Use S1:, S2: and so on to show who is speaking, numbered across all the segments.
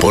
S1: Pour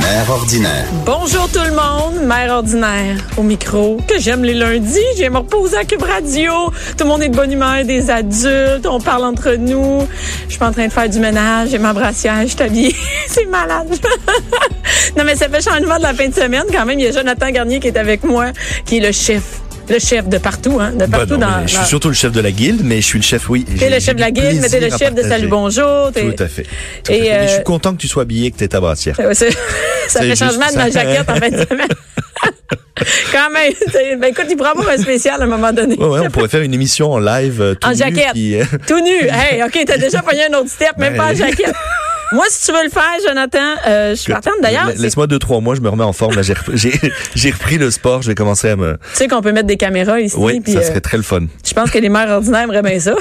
S1: Mère ordinaire.
S2: Bonjour tout le monde, mère ordinaire au micro, que j'aime les lundis, j'aime me reposer à Cube Radio, tout le monde est de bonne humeur, des adultes, on parle entre nous, je suis pas en train de faire du ménage, j'ai ma brassière, je suis habillée, c'est malade. non mais ça fait changement de la fin de semaine quand même, il y a Jonathan Garnier qui est avec moi, qui est le chef, le chef de partout, hein, de
S3: Bah
S2: partout
S3: non,
S2: dans...
S3: mais Je suis
S2: dans-
S3: surtout le chef de la guilde, mais je suis le chef, oui.
S2: T'es
S3: J'ai-
S2: le chef de la
S3: j'ai
S2: guilde, mais t'es le
S3: plaisir à
S2: chef de
S3: partager.
S2: Salut Bonjour. t'es-
S3: Tout à fait. Tout à
S2: Et,
S3: fait. Mais je
S2: euh,
S3: suis content que tu sois habillé, que tu es ta brassière.
S2: Euh, c'est- ça
S3: C'est
S2: fait
S3: juste-
S2: changement de
S3: ça
S2: ma
S3: fait-
S2: jaquette en fait. Quand même. t'sais, Ben écoute, il pourra avoir un spécial à un moment donné.
S3: Ouais, ouais, on pourrait faire une émission en live. euh, tout
S2: en
S3: nu,
S2: jaquette.
S3: puis, euh,
S2: Tout nu. Hey, OK, t'as déjà pogné un autre step, même
S3: Ben,
S2: pas en jaquette. Moi, si tu veux le faire, Jonathan, euh, je suis partante d'ailleurs.
S3: la-
S2: c'est-
S3: Laisse-moi deux, trois mois, je me remets en forme. là, J'ai rep- j'ai- j'ai repris le sport, je vais commencer à me...
S2: Tu sais qu'on peut mettre des caméras ici.
S3: Oui,
S2: puis,
S3: ça
S2: euh,
S3: serait très le fun.
S2: Je pense que les mères ordinaires aimeraient bien ça.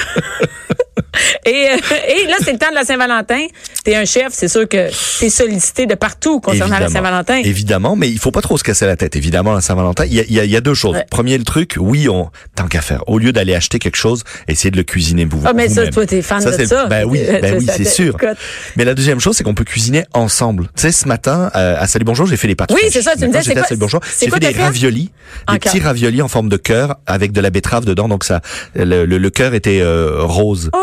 S2: et, euh, et là, c'est le temps de la Saint-Valentin. T'es un chef, c'est sûr que t'es sollicité de partout concernant la Saint-Valentin.
S3: Évidemment, mais il faut pas trop se casser la tête. Évidemment, la Saint-Valentin, il y a, il y a- il y a deux choses.
S2: Ouais.
S3: Premier, le truc, oui, on tant qu'à faire. Au lieu d'aller acheter quelque chose, essayez de le cuisiner vous.
S2: Ah, mais ça,
S3: vous-même.
S2: toi, t'es fan de
S3: c'est le-
S2: ça.
S3: Ben oui, ben
S2: Ça,
S3: oui,
S2: ça
S3: c'est
S2: fait-
S3: sûr.
S2: écoute.
S3: Mais la deuxième chose, c'est qu'on peut cuisiner ensemble. Tu sais, ce matin, euh, à Salut Bonjour, j'ai fait les pâtes.
S2: Oui,
S3: fraîches.
S2: c'est ça, tu me
S3: Maintenant,
S2: disais, c'est
S3: j'étais à
S2: quoi-
S3: Salut Bonjour,
S2: c'est
S3: j'ai
S2: quoi
S3: fait
S2: Ah, t'as
S3: des
S2: fait?
S3: raviolis,
S2: En
S3: des petits
S2: cœur.
S3: raviolis en forme de cœur avec de la betterave dedans, donc ça, le, le- le cœur était euh, rose.
S2: Oh.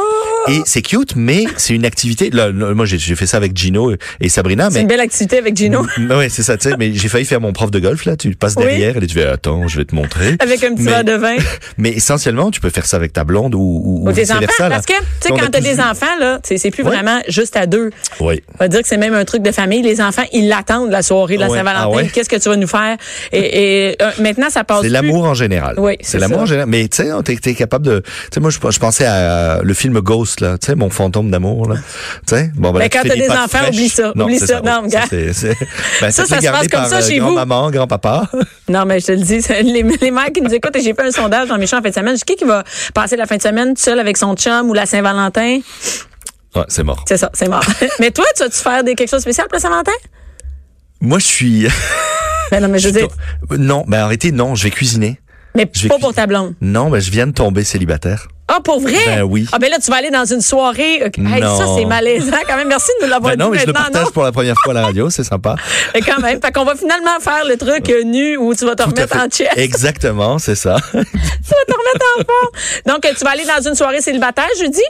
S3: Et c'est cute, mais c'est une activité. Là, là, moi, j'ai j'ai fait ça avec Gino et- et Sabrina,
S2: C'est
S3: mais
S2: une belle activité avec Gino.
S3: Mm, ouais, c'est ça, tu sais, mais j'ai failli faire mon prof de golf, là. Tu passes
S2: Oui. Euh.
S3: derrière et tu fais, attends, je vais te montrer.
S2: Avec un petit
S3: Mais-
S2: verre de vin.
S3: Mais essentiellement, tu peux faire ça avec ta blonde ou, ou,
S2: Ou tes
S3: vice
S2: enfants.
S3: versa, là.
S2: Parce que, tu sais,
S3: On a
S2: quand t'as
S3: tous
S2: des
S3: vu-
S2: enfants, là, c'est c'est plus
S3: Ouais.
S2: vraiment juste à deux.
S3: Oui.
S2: On va dire que c'est même un truc de famille. Les enfants, ils l'attendent, la soirée de la
S3: Ouais.
S2: Saint-Valentin.
S3: Ah ouais?
S2: Qu'est-ce que tu vas nous faire? Et, et, euh, maintenant, ça passe
S3: C'est
S2: plus.
S3: l'amour en général.
S2: Oui, c'est
S3: c'est l'amour
S2: ça.
S3: en général. Mais tu sais, t'es t'es capable de. Tu sais, moi, je, je pensais à euh, le film Ghost là. Tu sais, mon fantôme d'amour là. Tu sais, bon, ben,
S2: Mais
S3: là, tu
S2: quand
S3: fais
S2: t'as
S3: des
S2: des
S3: pâtes
S2: enfants,
S3: fraîches.
S2: oublie ça,
S3: Non,
S2: oublie
S3: c'est
S2: ça. Non,
S3: ça,
S2: regarde.
S3: c'est- c'est- ben,
S2: Ça,
S3: c'est
S2: ça se
S3: gardé
S2: passe
S3: par,
S2: comme ça
S3: euh,
S2: chez vous.
S3: Grand-maman, grand-papa.
S2: Non, mais je te le dis, c'est- les, les mères qui nous écoutent, et j'ai fait un sondage dans mes champs en fin de semaine. Je dis, qui qui va passer la fin de semaine seul avec son chum ou la Saint-Valentin?
S3: Ouais, c'est mort.
S2: C'est ça, c'est mort. mais toi, tu vas-tu faire des, quelque chose de spécial pour la Saint-Valentin?
S3: Moi, je suis.
S2: Ben non, mais je veux dire,
S3: non, ben arrêtez, non, je vais cuisiner.
S2: mais
S3: Je vais
S2: pas pour
S3: cuisiner.
S2: ta blonde.
S3: Non, ben je viens de tomber célibataire.
S2: Ah, pour vrai?
S3: Ben oui.
S2: Ah, ben là, tu vas aller dans une soirée. Ok. Hey,
S3: Non.
S2: ça, c'est malaisant quand même. Merci de nous l'avoir
S3: Ben non, mais
S2: dit
S3: je le
S2: maintenant.
S3: partage
S2: non?
S3: pour la première fois à la radio, c'est sympa.
S2: Mais quand même. Fait qu'on va finalement faire le truc euh, nu où tu vas te
S3: Tout à
S2: remettre en
S3: fait.
S2: check.
S3: Exactement, c'est ça.
S2: tu vas te remettre en forme. Donc, euh, tu vas aller dans une soirée célibataire jeudi?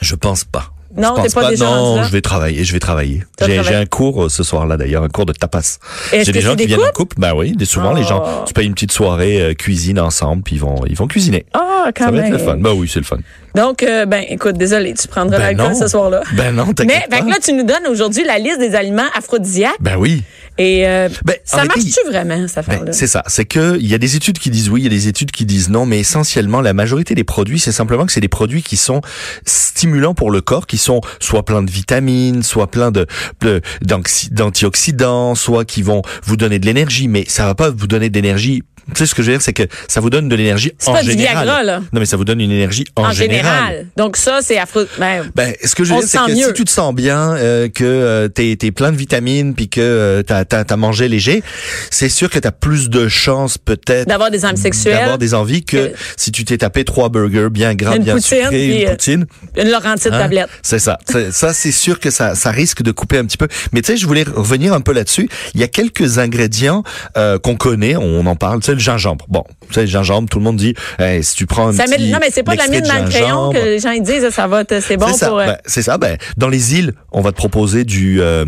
S3: Je pense pas.
S2: Non,
S3: je pense
S2: t'es pas déjà rendu
S3: Non,
S2: là?
S3: je vais travailler, je vais travailler.
S2: Tu vas
S3: J'ai
S2: travailler.
S3: j'ai un cours euh, ce soir-là d'ailleurs, un cours de tapas.
S2: Est-ce
S3: J'ai
S2: que
S3: des gens qui
S2: c'est des
S3: viennent en
S2: couples? Oh.
S3: couple. Ben oui, des, souvent les gens, tu payes une petite soirée euh, cuisine ensemble, puis ils vont ils vont cuisiner.
S2: Ah, quand
S3: ça va
S2: même.
S3: être le fun. Ben oui, c'est le fun.
S2: Donc, euh, ben, écoute, désolé, tu prendras
S3: Ben
S2: l'alcool
S3: non.
S2: ce soir-là.
S3: Ben non,
S2: Mais,
S3: t'inquiète
S2: fait que
S3: pas.
S2: là, tu nous donnes aujourd'hui la liste des aliments aphrodisiaques.
S3: Ben oui.
S2: Et, euh,
S3: Ben,
S2: ça
S3: arrêtez,
S2: marche-tu vraiment, cette affaire-là?
S3: Ben, c'est ça. C'est que il y a des études qui disent oui, il y a des études qui disent non, mais essentiellement la majorité des produits, c'est simplement que c'est des produits qui sont stimulants pour le corps, qui sont soit pleins de vitamines, soit pleins de de- d'anxi- d'antioxydants, soit qui vont vous donner de l'énergie, mais ça va pas vous donner d'énergie. Tu sais ce que je veux dire, c'est que ça vous donne de l'énergie
S2: C'est
S3: en
S2: pas du
S3: général.
S2: Viagra, là.
S3: Non, mais ça vous donne une énergie en,
S2: en général. Donc, ça, c'est aphro... Ben,
S3: ben, ce que je
S2: On
S3: veux dire,
S2: se
S3: c'est
S2: sent
S3: que
S2: mieux.
S3: si tu te sens bien, euh, que euh, t'es t'es plein de vitamines, puis que euh, t'as t'as t'as mangé léger, c'est sûr que t'as plus de chances peut-être
S2: D'avoir des âmes sexuelles.
S3: d'avoir des envies que
S2: Que-
S3: si tu t'es tapé trois burgers bien gras,
S2: Une
S3: bien
S2: poutine,
S3: sucrés,
S2: puis,
S3: une
S2: euh,
S3: poutine.
S2: une Laurentide
S3: Hein?
S2: tablette.
S3: C'est ça. C'est- Ça, c'est sûr que ça, ça risque de couper un petit peu. Mais tu sais, je voulais revenir un peu là-dessus. Il y a quelques ingrédients euh, qu'on connaît, on en parle. Tu sais, le gingembre. Bon, tu sais, le gingembre, tout le monde dit, eh, si tu prends un
S2: Ça met...
S3: petit
S2: Non, mais c'est pas de la
S3: extrait
S2: mine dans le crayon que
S3: gingembre,
S2: les gens ils disent, ça va, te- c'est bon
S3: c'est ça,
S2: pour... euh,
S3: ben, c'est ça. Ben, dans les îles, on va te proposer du euh,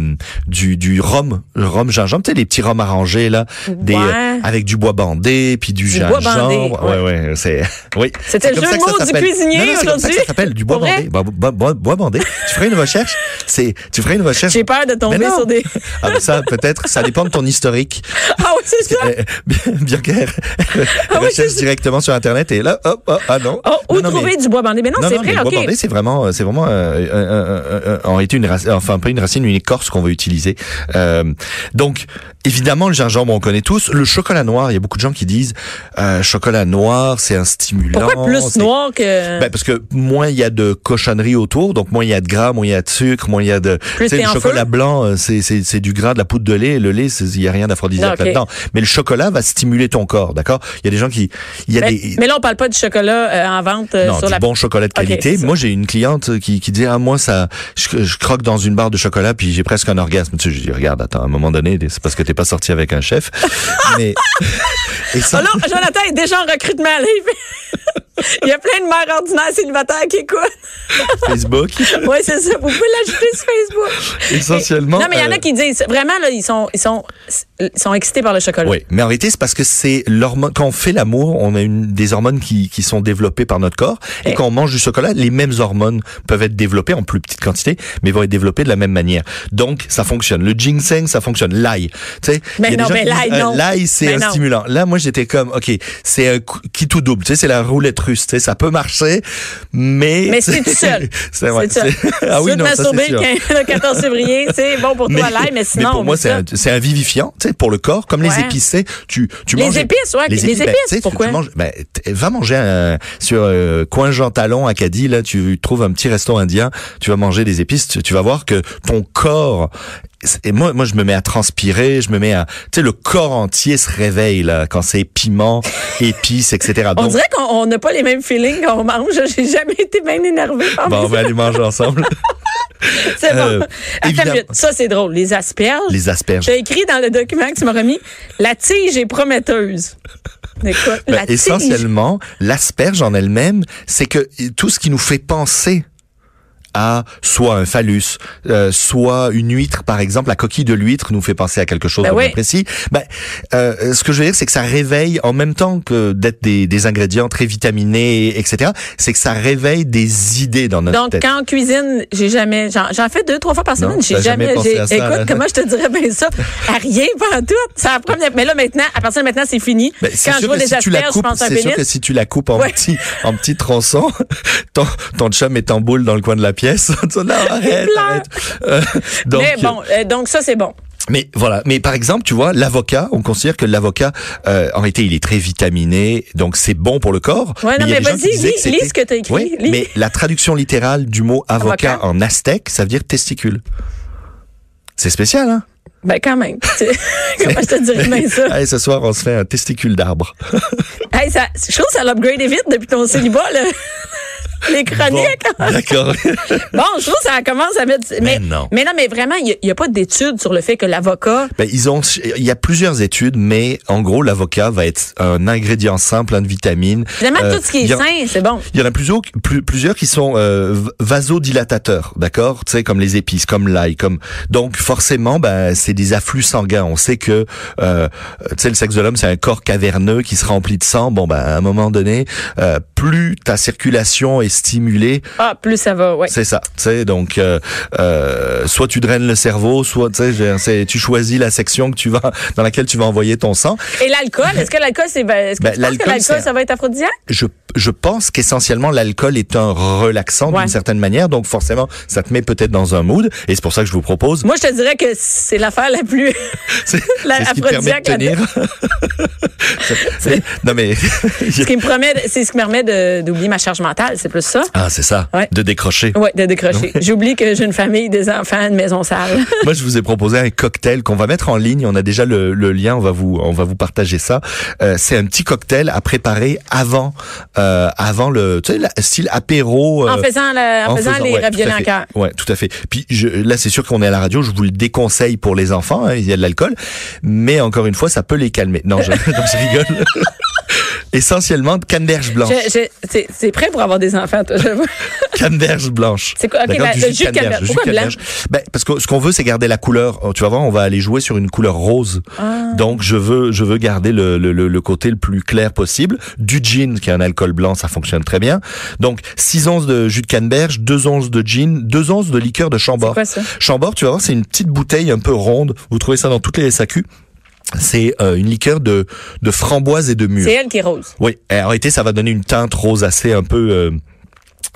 S3: du, du rhum, le rhum gingembre, tu sais, les petits rhums arrangés là, des
S2: Ouais.
S3: euh, avec du bois bandé, puis du,
S2: Du bois
S3: gingembre.
S2: bandé,
S3: ouais, ouais, c'est oui.
S2: C'était
S3: C'est
S2: le
S3: comme
S2: jeu
S3: ça
S2: de
S3: que ça
S2: mots du
S3: s'appelle.
S2: cuisinier
S3: Non, non, c'est comme ça que
S2: aujourd'hui.
S3: Ça s'appelle du bois
S2: Pour vrai?
S3: bandé. Bah, bah, bah, bois bandé. tu ferais une recherche C'est, tu ferais une recherche.
S2: J'ai peur de tomber
S3: Mais non.
S2: sur des.
S3: Ah, ben ça, peut-être, ça dépend de ton historique.
S2: Ah oui, c'est ça.
S3: Euh, bien qu'elle
S2: Ah oui, c'est
S3: recherche
S2: ça.
S3: directement sur Internet et là, hop, hop, ah non.
S2: Oh,
S3: Non,
S2: ou
S3: non, mais-
S2: trouver du bois bandé. Mais non,
S3: non,
S2: c'est
S3: non, mais
S2: vrai,
S3: le bois
S2: OK.
S3: bordé, c'est vraiment, c'est vraiment euh, euh, euh, euh, euh, en réalité une racine, enfin pas une racine, une écorce qu'on va utiliser. Euh, donc, évidemment, le gingembre, on connaît tous. Le chocolat noir, il y a beaucoup de gens qui disent euh, chocolat noir, c'est un stimulant.
S2: Pourquoi plus
S3: c'est-
S2: noir que.
S3: ben parce que moins il y a de cochonneries autour, donc moins il y a de gras, moins il y a de sucre, moins il y a de.
S2: Plus
S3: tu sais,
S2: t'es
S3: le
S2: en
S3: chocolat
S2: feu.
S3: blanc, euh, c'est c'est c'est du gras, de la poudre de lait. Le lait, c'est- il y a rien d'aphrodisiaque
S2: Ah, ok.
S3: là-dedans. Mais le chocolat va stimuler ton corps, d'accord Il y a des gens qui, il y a
S2: mais,
S3: des
S2: ben, mais là, on parle pas du chocolat euh, en vente euh,
S3: non,
S2: sur
S3: du
S2: la.
S3: bon chocolat de
S2: Ok,
S3: qualité.
S2: c'est ça.
S3: moi, j'ai une cliente qui, qui dit, ah, moi, ça, je, je croque dans une barre de chocolat, puis j'ai presque un orgasme. Tu sais, je dis, regarde, attends, à un moment donné, c'est parce que t'es pas sorti avec un chef. mais, et
S2: Oh
S3: ça,
S2: non, Jonathan est déjà en recrutement. là. Il fait- Il y a plein de mères ordinaires célibataires qui écoutent.
S3: Facebook,
S2: Oui, c'est ça. Vous pouvez l'ajouter sur Facebook.
S3: essentiellement.
S2: non, mais il y en
S3: euh,
S2: a qui disent, vraiment, là, ils sont, ils sont, ils sont excités par le chocolat.
S3: Oui, mais en réalité, c'est parce que c'est l'hormone. Quand on fait l'amour, on a une des hormones qui, qui sont développées par notre corps, et
S2: Eh.
S3: quand on mange du chocolat, les mêmes hormones peuvent être développées en plus petite quantité, mais vont être développées de la même manière. Donc, ça fonctionne. Le ginseng, ça fonctionne. L'ail, tu sais.
S2: Mais
S3: il y a des
S2: non,
S3: gens
S2: mais
S3: qui disent,
S2: l'ail,
S3: euh,
S2: non.
S3: L'ail, c'est
S2: Mais
S3: un
S2: non.
S3: stimulant. Là, moi, j'étais comme, ok, c'est un coup- qui tout double, tu sais, c'est la roulette russe, tu sais, ça peut marcher, mais.
S2: Mais c'est tout seul.
S3: C'est ouais,
S2: ça.
S3: c'est- Ah oui,
S2: Tu veux te
S3: non, ça c'est
S2: masturber
S3: sûr.
S2: le 15 le 14 février, c'est bon pour toi, l'ail, mais sinon.
S3: pour moi,
S2: oublie
S3: c'est
S2: ça.
S3: un, c'est un vivifiant, tu sais, pour le corps, comme les
S2: Ouais.
S3: épices. tu sais, Tu, tu
S2: Les
S3: manges
S2: épices, ouais, les
S3: ben,
S2: Ah, épices,
S3: tu sais, tu-
S2: pourquoi?
S3: tu manges- ben, t- va manger un- sur euh, coin Jean Talon, à Caddy, là, tu trouves un petit resto indien, tu vas manger des épices, tu, tu vas voir que ton corps. c'est- Et moi, moi, je me mets à transpirer, je me mets à, tu sais, le corps entier se réveille là quand c'est piment, épices, etc.
S2: On
S3: Donc,
S2: dirait qu'on on n'a pas les mêmes feelings quand on mange. J'ai jamais été bien énervée par
S3: bon, on va aller manger ensemble.
S2: C'est bon.
S3: Euh,
S2: Attends une
S3: évidemment.
S2: minute. Ça, c'est drôle. Les asperges.
S3: Les asperges.
S2: J'ai écrit dans le document que tu m'as remis, la tige est prometteuse. Mais quoi?
S3: Ben,
S2: la tige.
S3: essentiellement, l'asperge en elle-même, c'est que tout ce qui nous fait penser à soit un phallus, euh, soit une huître, par exemple, la coquille de l'huître nous fait penser à quelque chose
S2: Ben
S3: de bien
S2: oui.
S3: précis. Ben, euh, ce que je veux dire, c'est que ça réveille, en même temps que d'être des, des ingrédients très vitaminés, etc., c'est que ça réveille des idées dans notre
S2: Donc,
S3: tête.
S2: quand en cuisine, j'ai jamais, j'en j'en fais deux, trois fois par
S3: Non,
S2: semaine, j'ai
S3: t'as jamais
S2: jamais,
S3: pensé
S2: j'ai-
S3: à ça, là.
S2: écoute, comment je te dirais bien ça? À rien, pas en tout. Ça la première- mais là, maintenant, à partir de maintenant, c'est fini.
S3: Ben, c'est
S2: quand je
S3: sûr
S2: vois
S3: que
S2: des
S3: si tu la
S2: asperges, je
S3: coupes,
S2: pense à un
S3: c'est sûr que
S2: pénis.
S3: si tu la coupes en
S2: Ouais.
S3: petits, en petits tronçons, ton, ton chum est en boule dans le coin de la pièce. Tu dis, non, arrête,
S2: pleure.
S3: arrête. Euh, donc,
S2: mais bon, euh, donc ça, c'est bon.
S3: Mais voilà, mais par exemple, tu vois, l'avocat, on considère que l'avocat, euh, en réalité, il est très vitaminé, donc c'est bon pour le corps.
S2: Ouais, non,
S3: il y a
S2: mais
S3: des gens qui
S2: vas-y,
S3: disaient
S2: lis-
S3: que c'était-
S2: lis ce que t'as écrit,
S3: Oui,
S2: lis.
S3: mais la traduction littérale du mot avocat,
S2: Avocat.
S3: en aztèque, ça veut dire testicule. C'est spécial, hein
S2: Ben, quand même. C'est- comment je te dirais bien ça?
S3: Allez, ce soir, on se fait un testicule d'arbre.
S2: Hey, ça, je trouve que ça l'upgrade vite depuis ton célibat, là. Les
S3: Bon,
S2: chroniques.
S3: D'accord.
S2: Bon, je trouve que ça commence à mettre.
S3: Mais non.
S2: Mais non, mais vraiment, il n'y a, pas d'études sur le fait que l'avocat.
S3: Ben, ils ont, il y a plusieurs études, mais en gros, l'avocat va être un ingrédient simple, plein de vitamines.
S2: Finalement,
S3: Euh,
S2: tout ce qui est
S3: il y en-
S2: sain, c'est bon.
S3: Il y en a plusieurs, plus- plusieurs qui sont euh, v- vasodilatateurs, d'accord Tu sais, comme les épices, comme l'ail, comme... Donc, forcément, ben, c'est des afflux sanguins. On sait que, euh, tu sais, le sexe de l'homme, c'est un corps caverneux qui se remplit de sang. Bon, ben, à un moment donné, euh, plus ta circulation est stimulée,
S2: Ah, plus ça va, ouais.
S3: c'est ça. Tu sais, donc, euh, euh, soit tu draines le cerveau, soit, tu sais, je- c'est- tu choisis la section que tu vas, dans laquelle tu vas envoyer ton sang.
S2: Et l'alcool, est-ce que l'alcool, c'est. ben, Est-ce que
S3: Ben,
S2: tu penses que
S3: l'alcool,
S2: l'alcool,
S3: c'est-
S2: ça va être aphrodisiaque?
S3: je, je pense qu'essentiellement l'alcool est un relaxant
S2: Ouais.
S3: d'une certaine manière, donc forcément ça te met peut-être dans un mood, et c'est pour ça que je vous propose.
S2: Moi, je te dirais que c'est l'affaire la plus.
S3: C'est
S2: La-
S3: c'est ce qui te permet de
S2: Bah, aphrodisiaque, la-
S3: tenir. non mais
S2: ce qui me promet, de- c'est ce qui me permet de- d'oublier ma charge mentale, c'est plus ça.
S3: ah c'est ça,
S2: Ouais.
S3: de décrocher.
S2: Ouais, de décrocher. J'oublie que j'ai une famille, des enfants, une maison sale.
S3: Moi je vous ai proposé un cocktail qu'on va mettre en ligne. On a déjà le, le lien, on va vous on va vous partager ça. Euh, c'est un petit cocktail à préparer avant euh, avant le tu sais la- style apéro.
S2: en
S3: euh,
S2: faisant, la- en faisant les
S3: ouais,
S2: raviolis
S3: tout à
S2: en
S3: fait.
S2: cœur.
S3: Ouais, tout à fait. Puis je, là, c'est sûr qu'on est à la radio, je vous le déconseille pour les enfants, hein, il y a de l'alcool, mais encore une fois, ça peut les calmer. Non, je, non, je rigole. essentiellement de canneberge blanche.
S2: Je- je- c'est- C'est prêt pour avoir des enfants, toi, je vois.
S3: Canneberge blanche.
S2: C'est quoi? Ok,
S3: D'accord,
S2: ben,
S3: du
S2: le
S3: jus de canneberge, du jus de
S2: Pourquoi blanc?
S3: canneberge. Ben, parce que ce qu'on veut, c'est garder la couleur. Oh, Tu vas voir, on va aller jouer sur une couleur rose.
S2: Ah.
S3: Donc, je veux, je veux garder le, le, le, le côté le plus clair possible. Du gin, qui est un alcool blanc, ça fonctionne très bien. Donc, 6 onces de jus de canneberge, 2 onces de gin, 2 onces de liqueur de
S2: C'est
S3: chambord.
S2: quoi ça?
S3: Chambord, tu vas voir, c'est une petite bouteille un peu ronde. Vous trouvez ça dans toutes les SAQ. C'est euh, une liqueur de, de framboise et de mûre.
S2: C'est elle qui est rose.
S3: Oui, et en réalité, ça va donner une teinte rosacée un peu... euh,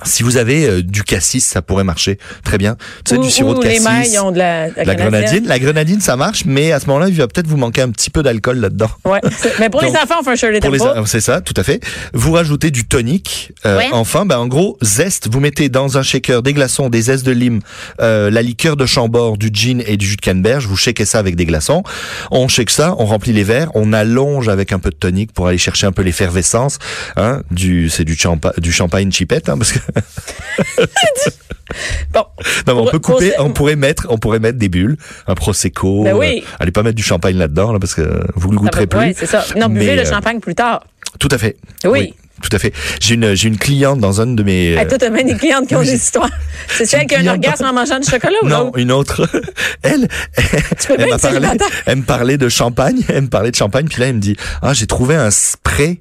S3: si vous avez euh, du cassis, ça pourrait marcher très bien. Tu sais,
S2: Ou-
S3: du sirop
S2: ou
S3: de
S2: les
S3: cassis,
S2: mailles ont de la, de la
S3: de la
S2: grenadine.
S3: grenadine. La grenadine, ça marche, mais à ce moment-là, il va peut-être vous manquer un petit peu d'alcool là-dedans.
S2: Ouais. Mais pour les
S3: Donc,
S2: enfants, on fait un Shirley
S3: Pour les-
S2: Temple.
S3: C'est ça, tout à fait. Vous rajoutez du tonic. Euh,
S2: Ouais.
S3: Enfin, ben, en gros, zeste. Vous mettez dans un shaker des glaçons, des zestes de lime, euh, la liqueur de chambord, du gin et du jus de canneberge. Vous shakez ça avec des glaçons. On shake ça, on remplit les verres, on allonge avec un peu de tonic pour aller chercher un peu l'effervescence. Hein, du, c'est du, champa- du champagne chipette, hein, parce que non,
S2: Bon.
S3: mais on
S2: Pour-
S3: peut couper.
S2: pour-
S3: On pourrait mettre, on pourrait mettre des bulles, un prosecco.
S2: Ben oui.
S3: euh, allez pas mettre du champagne là-dedans, là, parce que vous le
S2: Ça
S3: goûterez
S2: peut-
S3: plus.
S2: ouais, c'est ça. Non, buvez
S3: Mais,
S2: le
S3: euh,
S2: champagne plus tard.
S3: Tout à fait.
S2: Oui. Ah,
S3: Tout à fait. J'ai une, j'ai une cliente dans une de mes.
S2: À toute main des clientes qui ont
S3: Euh, oui,
S2: des
S3: j'ai-
S2: histoires. C'est celle
S3: une
S2: qui a un
S3: cliente-
S2: orgasme en mangeant du chocolat ou
S3: non,
S2: l'autre?
S3: une autre. Elle,
S2: peux pas
S3: elle m'a
S2: être
S3: parlé,
S2: célibataire.
S3: elle me parlait de champagne, elle me parlait de champagne, puis là elle me dit "Ah, j'ai trouvé un spray,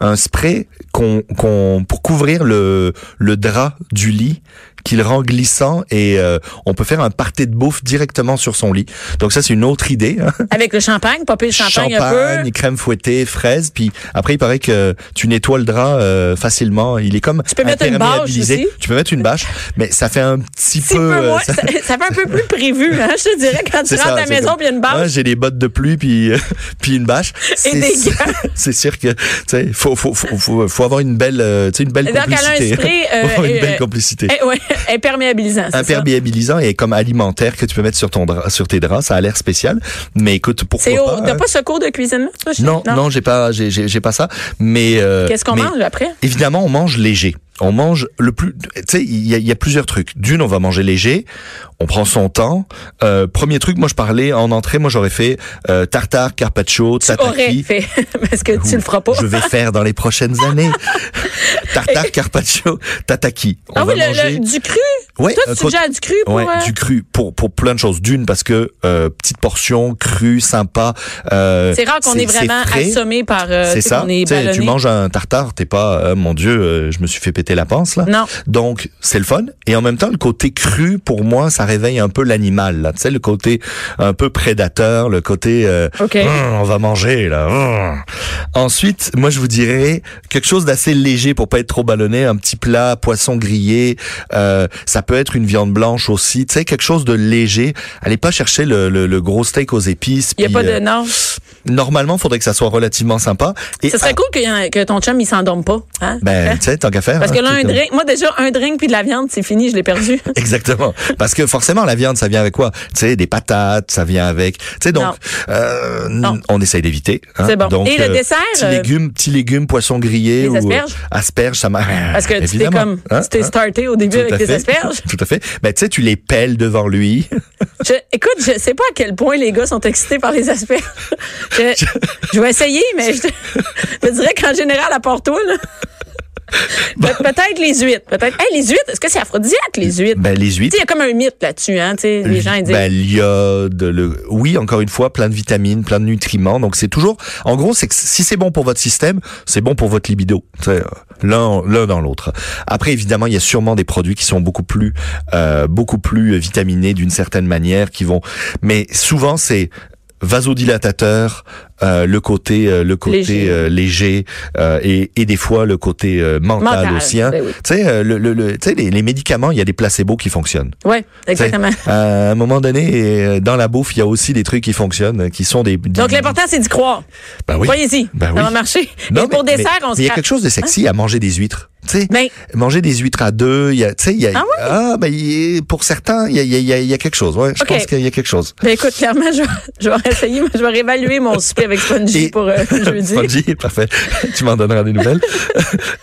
S3: un spray qu'on qu'on pour couvrir le le drap du lit." qu'il rend glissant et euh, on peut faire un party de bouffe directement sur son lit. Donc ça c'est une autre idée. hein.
S2: Avec le champagne, popper le champagne, un peu.
S3: Champagne, crème fouettée, fraise. Puis après, il paraît que tu nettoies le drap euh, facilement. Il est comme
S2: Tu peux mettre une bâche
S3: imperméabilisé.
S2: aussi.
S3: Tu peux mettre une bâche, mais ça fait un petit
S2: Petit
S3: peu.
S2: peu
S3: euh,
S2: moins.
S3: ça-
S2: Ça, ça fait un peu plus prévu, hein, je te dirais, quand tu
S3: c'est
S2: rentres
S3: ça,
S2: à la
S3: c'est
S2: maison
S3: comme,
S2: puis il y a une
S3: Ah,
S2: bâche.
S3: j'ai des bottes de pluie puis euh, puis une bâche. Ah, C'est
S2: des
S3: sûr-
S2: gants.
S3: C'est sûr que tu sais, faut faut faut faut, faut avoir une belle euh, tu sais une belle
S2: Donc, elle a un
S3: complicité.
S2: esprit, euh,
S3: Faut avoir une
S2: euh,
S3: belle complicité.
S2: Eh, ouais, imperméabilisant, c'est ça.
S3: Imperméabilisant et comme alimentaire que tu peux mettre sur ton drap, sur tes draps, ça a l'air spécial. Mais écoute, pourquoi
S2: C'est
S3: pas
S2: au, t'as
S3: hein.
S2: pas ce cours de cuisine toi, chez-
S3: Non, non, j'ai pas, j'ai, j'ai, j'ai pas ça. Mais euh,
S2: Qu'est-ce qu'on
S3: mais
S2: mange après?
S3: Évidemment, on mange léger. On mange le plus. Tu sais, il y a, il y a plusieurs trucs. D'une, on va manger léger. On prend son temps. Euh, premier truc, moi je parlais en entrée, moi j'aurais fait euh, tartare, carpaccio,
S2: Aurais
S3: tataki.
S2: fait. Parce que tu le feras pas.
S3: Je vais faire dans les prochaines années. tartare, carpaccio, tataki. On
S2: Ah oui,
S3: va
S2: le-
S3: manger.
S2: le- du cru.
S3: Ouais,
S2: Toi,
S3: un
S2: tu
S3: côté-
S2: suggères du cru pour.
S3: Ouais,
S2: euh,
S3: du cru pour pour plein de choses. D'une parce que euh, petite portion, cru, sympa. euh,
S2: C'est rare qu'on est, vraiment
S3: frais.
S2: assommé par. euh,
S3: C'est
S2: tu sais,
S3: ça.
S2: qu'on est
S3: Tu sais,
S2: ballonné.
S3: tu manges un tartare, t'es pas, euh, mon Dieu, euh, je me suis fait péter la panse là.
S2: Non.
S3: Donc c'est le fun et en même temps le côté cru pour moi ça réveille un peu l'animal là. Tu sais le côté un peu prédateur, le côté euh,
S2: OK.
S3: Hum, on va manger là. hum. Ensuite, moi je vous dirais quelque chose d'assez léger pour pas être trop ballonné, un petit plat poisson grillé, euh, ça peut être une viande blanche aussi, tu sais quelque chose de léger. Allez pas chercher le, le- le gros steak aux épices.
S2: Il n'y a
S3: puis,
S2: pas de.
S3: euh,
S2: Non.
S3: Normalement, faudrait que ça soit relativement sympa. Et
S2: Ce serait cool qu'il y en- que ton chum, il s'endorme pas. Hein?
S3: ben, tu sais, tant qu'à faire.
S2: Parce que
S3: hein,
S2: là,
S3: tu sais,
S2: un
S3: comme- Hein?
S2: drink. Moi, déjà, un drink puis de la viande, c'est fini, je l'ai perdu.
S3: Exactement. Parce que forcément, la viande, ça vient avec quoi Tu sais, des patates, ça vient avec. Tu sais, donc,
S2: Non.
S3: euh,
S2: Non.
S3: on essaye d'éviter. hein.
S2: C'est bon.
S3: Donc,
S2: Et le
S3: euh,
S2: dessert,
S3: Petits
S2: euh,
S3: légumes, petits légumes, poisson grillé.
S2: les
S3: ou, euh,
S2: asperges
S3: Asperges, ça marche.
S2: Parce que tu t'es
S3: Évidemment.
S2: comme.
S3: Hein,
S2: tu t'es
S3: hein,
S2: starté au début
S3: tout à
S2: avec des
S3: fait.
S2: asperges.
S3: Tout à fait. Ben, tu sais, tu les pelles devant lui.
S2: Je- écoute, je sais pas à quel point les gars sont excités par les asperges. Je, je vais essayer, mais je te, je te dirais qu'en général, à part toi, là. Pe- Peut-être les huîtres. Peut-être. Hey, les huîtres, est-ce que c'est aphrodisiaque, les huîtres?
S3: Ben, les huîtres.
S2: Tu sais, il y a comme un mythe là-dessus, hein. tu sais, les gens, ils disent.
S3: Ben, l'iode, le, oui, encore une fois, plein de vitamines, plein de nutriments. Donc, c'est toujours, en gros, c'est que si c'est bon pour votre système, c'est bon pour votre libido. C'est, euh, L'un, l'un dans l'autre. Après, évidemment, il y a sûrement des produits qui sont beaucoup plus, euh, beaucoup plus vitaminés d'une certaine manière, qui vont, mais souvent, c'est, vasodilatateur, euh, le côté euh, le côté
S2: Léger.
S3: euh, léger, euh, et, et des fois le côté euh, mental,
S2: Mental,
S3: aussi hein.
S2: ben oui.
S3: tu sais euh, le, le, le- tu sais, les- les médicaments il y a des placebos qui fonctionnent
S2: ouais,
S3: T'sais,
S2: exactement.
S3: Euh, À un moment donné, euh, dans la bouffe, il y a aussi des trucs qui fonctionnent, euh, qui sont des. des-
S2: Donc, l'important, c'est d'y croire.
S3: Ben oui.
S2: Croyez-y.
S3: Ben
S2: ça
S3: oui.
S2: va marcher.
S3: Non,
S2: Et pour
S3: mais-
S2: dessert,
S3: mais-
S2: on Ben,
S3: mais
S2: se
S3: Il y a
S2: cra-
S3: quelque chose de sexy à manger des huîtres. Tu sais,
S2: Mais-
S3: manger des huîtres à deux, il y a, tu sais, il y a,
S2: Ah oui?
S3: ben, il y a- pour certains, il y a, il y a- il y a- il y a quelque chose. Ouais, je
S2: Ok.
S3: pense qu'il y a quelque chose.
S2: Ben écoute, clairement, je vais, je vais essayer, mais je vais réévaluer mon souper avec Spongy
S3: Et-
S2: pour euh, jeudi.
S3: Spongy, parfait. tu m'en donneras des nouvelles.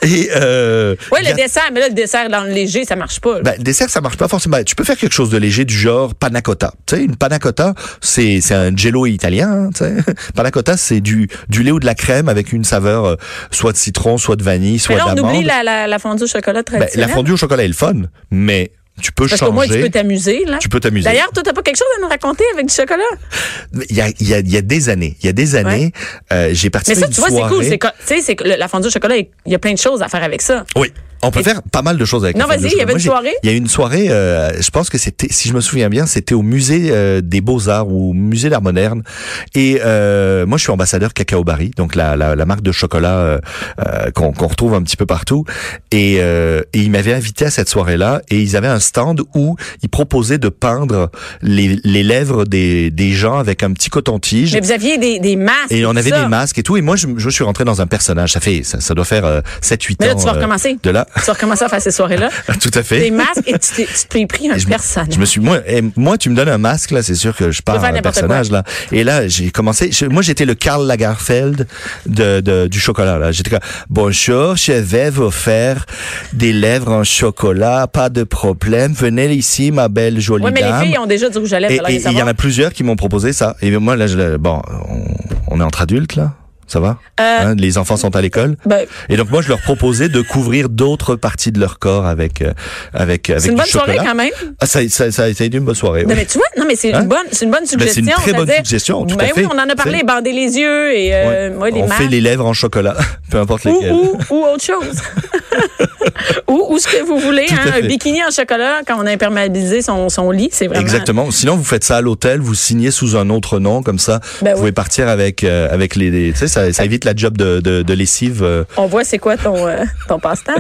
S3: Et euh,
S2: Oui,
S3: gâteau-
S2: le dessert, mais là, le dessert dans le léger, ça marche pas. là.
S3: Ben, dessert, ça marche pas forcément. Ben, Tu peux faire quelque chose de léger du genre panna cotta. Tu sais, une panna cotta, c'est c'est un jello italien. Hein, tu sais. panna cotta, c'est du du lait ou de la crème avec une saveur euh, soit de citron, soit de vanille, soit
S2: mais là, on oublie
S3: d'amande.
S2: la, la, la fondue au chocolat
S3: Ben,
S2: traditionnelle.
S3: la fondue au chocolat est le fun, mais tu peux
S2: Parce
S3: changer.
S2: qu'au moins, tu peux t'amuser, là.
S3: Tu peux t'amuser.
S2: D'ailleurs, toi, t'as pas quelque chose à nous raconter avec du chocolat?
S3: il y a, il y a- il y a des années, il y a des années, euh, j'ai
S2: Mais
S3: participé
S2: ça,
S3: à une
S2: tu vois, c'est cool.
S3: soirée-
S2: C'est co- Tu sais, c'est que le- la fondue au chocolat, il y a plein de choses à faire avec ça.
S3: Oui. On peut
S2: Et-
S3: faire pas mal de choses avec
S2: Non,
S3: la fondue
S2: vas-y,
S3: au
S2: il y avait
S3: chocolat. Moi,
S2: une
S3: j'ai-
S2: soirée?
S3: Il y a eu une soirée, euh, je pense que c'était, si je me souviens bien, c'était au musée euh, des Beaux-Arts ou au musée d'art moderne. Et euh, moi, je suis ambassadeur Cacao Barry, donc la, la, la marque de chocolat euh, euh, qu'on qu'on retrouve un petit peu partout. Et, euh, et ils m'avaient invité à cette soirée-là et ils avaient un stand où ils proposaient de peindre les, les lèvres des, des gens avec un petit coton-tige.
S2: Mais vous aviez des, des masques.
S3: Et on avait
S2: tout ça.
S3: des masques et tout. Et moi, je, je suis rentré dans un personnage. Ça fait, ça, ça doit faire 7-8 ans.
S2: Mais là, tu vas
S3: euh,
S2: recommencer.
S3: de là.
S2: Tu vas recommencer à faire ces soirées-là.
S3: Ah, Tout à fait.
S2: Des masques et tu t'es- tu t'es pris un
S3: Et je me-
S2: personnage.
S3: Je me suis moi, eh, moi tu me donnes un masque là, c'est sûr que je pars
S2: faire
S3: un
S2: n'importe
S3: personnage
S2: quoi.
S3: là. Et là, j'ai commencé. je- moi, j'étais le Karl Lagerfeld de, de- du chocolat là. J'étais comme bonjour, je vais vous faire des lèvres en chocolat, pas de problème. Venez ici, ma belle jolie
S2: Oui, mais
S3: dame.
S2: les filles ont déjà du rouge à lèvres.
S3: Et-
S2: alors
S3: et
S2: ils
S3: il y en a plusieurs qui m'ont proposé ça. Et moi là, je, le- bon, on, on est entre adultes là. Ça va
S2: Euh,
S3: Hein, Les enfants sont à l'école.
S2: Ben-
S3: et donc moi, je leur proposais de couvrir d'autres parties de leur corps avec euh, avec avec
S2: C'est une
S3: du
S2: bonne soirée
S3: chocolat.
S2: quand même.
S3: Ah, ça, ça, ça a été une bonne soirée.
S2: Non,
S3: oui.
S2: mais tu vois, non, mais c'est
S3: Hein?
S2: une bonne, c'est une bonne suggestion.
S3: c'est une très bonne
S2: c'est-à-dire-
S3: suggestion, tout à
S2: ben
S3: fait.
S2: oui, on en a parlé,
S3: C'est-
S2: bander les yeux et, euh, ouais, les
S3: on
S2: masques.
S3: fait euh. les lèvres en chocolat, peu importe
S2: Ou,
S3: lesquelles.
S2: ou, ou autre chose. ou, ou ce que vous voulez,
S3: Tout à
S2: hein, un
S3: fait.
S2: bikini en chocolat quand on a imperméabilisé son, son lit, c'est vraiment.
S3: Exactement. Sinon, vous faites ça à l'hôtel, vous signez sous un autre nom, comme ça, vous
S2: Ben oui.
S3: pouvez partir avec euh, avec les, les- tu sais, ça, ça évite la job de, de, de lessive. euh.
S2: On voit c'est quoi ton, euh, ton passe-temps.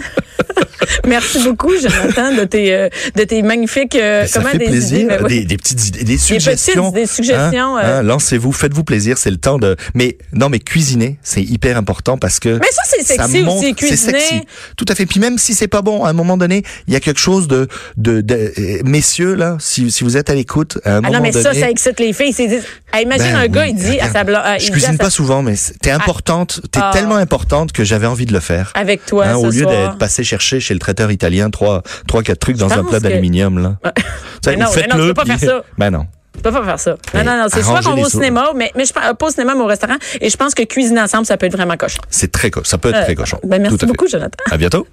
S2: Merci beaucoup, Jonathan, de tes, euh, de tes magnifiques. euh,
S3: ça
S2: comment
S3: fait
S2: des
S3: plaisir,
S2: idées, ben oui.
S3: des, des petites idées, des suggestions.
S2: petites- des suggestions,
S3: Hein,
S2: euh.
S3: hein, Lancez-vous, faites-vous plaisir, c'est le temps de. Mais non, mais cuisiner, c'est hyper important parce que.
S2: Mais ça, c'est sexy
S3: montre-
S2: aussi,
S3: c'est
S2: cuisiner.
S3: sexy. Tout à fait. Puis même si c'est pas bon, à un moment donné, il y a quelque chose de, de, de- euh, messieurs là, si, si vous êtes à l'écoute, à un
S2: Ah
S3: moment
S2: non, mais
S3: donné.
S2: ça, ça excite les filles. Ils se disent, Ah, imagine
S3: Ben
S2: un
S3: oui,
S2: gars, il dit à
S3: regarde,
S2: sa blanche.
S3: Je cuisine pas souvent, mais c'est- t'es importante, t'es
S2: Ah.
S3: tellement importante que j'avais envie de le faire.
S2: Avec toi,
S3: Hein,
S2: ce
S3: au lieu
S2: soir.
S3: d'être passé chercher chez le traiteur italien trois, trois, quatre trucs dans un
S2: pense
S3: plat
S2: que-
S3: d'aluminium là.
S2: Ouais.
S3: Tu sais,
S2: Mais non,
S3: ou
S2: mais non, tu peux pas faire ça.
S3: Ben non.
S2: Tu peux pas faire ça. Non,
S3: Mais
S2: non, non. C'est soit
S3: arranger
S2: qu'on
S3: les
S2: va au
S3: choses.
S2: cinéma, mais, mais je pense- pas au cinéma, mais au restaurant. Et je pense que cuisiner ensemble, ça peut être vraiment cochon.
S3: C'est très cochon. Ça peut être
S2: Euh,
S3: très cochon.
S2: ben, merci
S3: Tout à fait.
S2: beaucoup, Jonathan.
S3: À bientôt.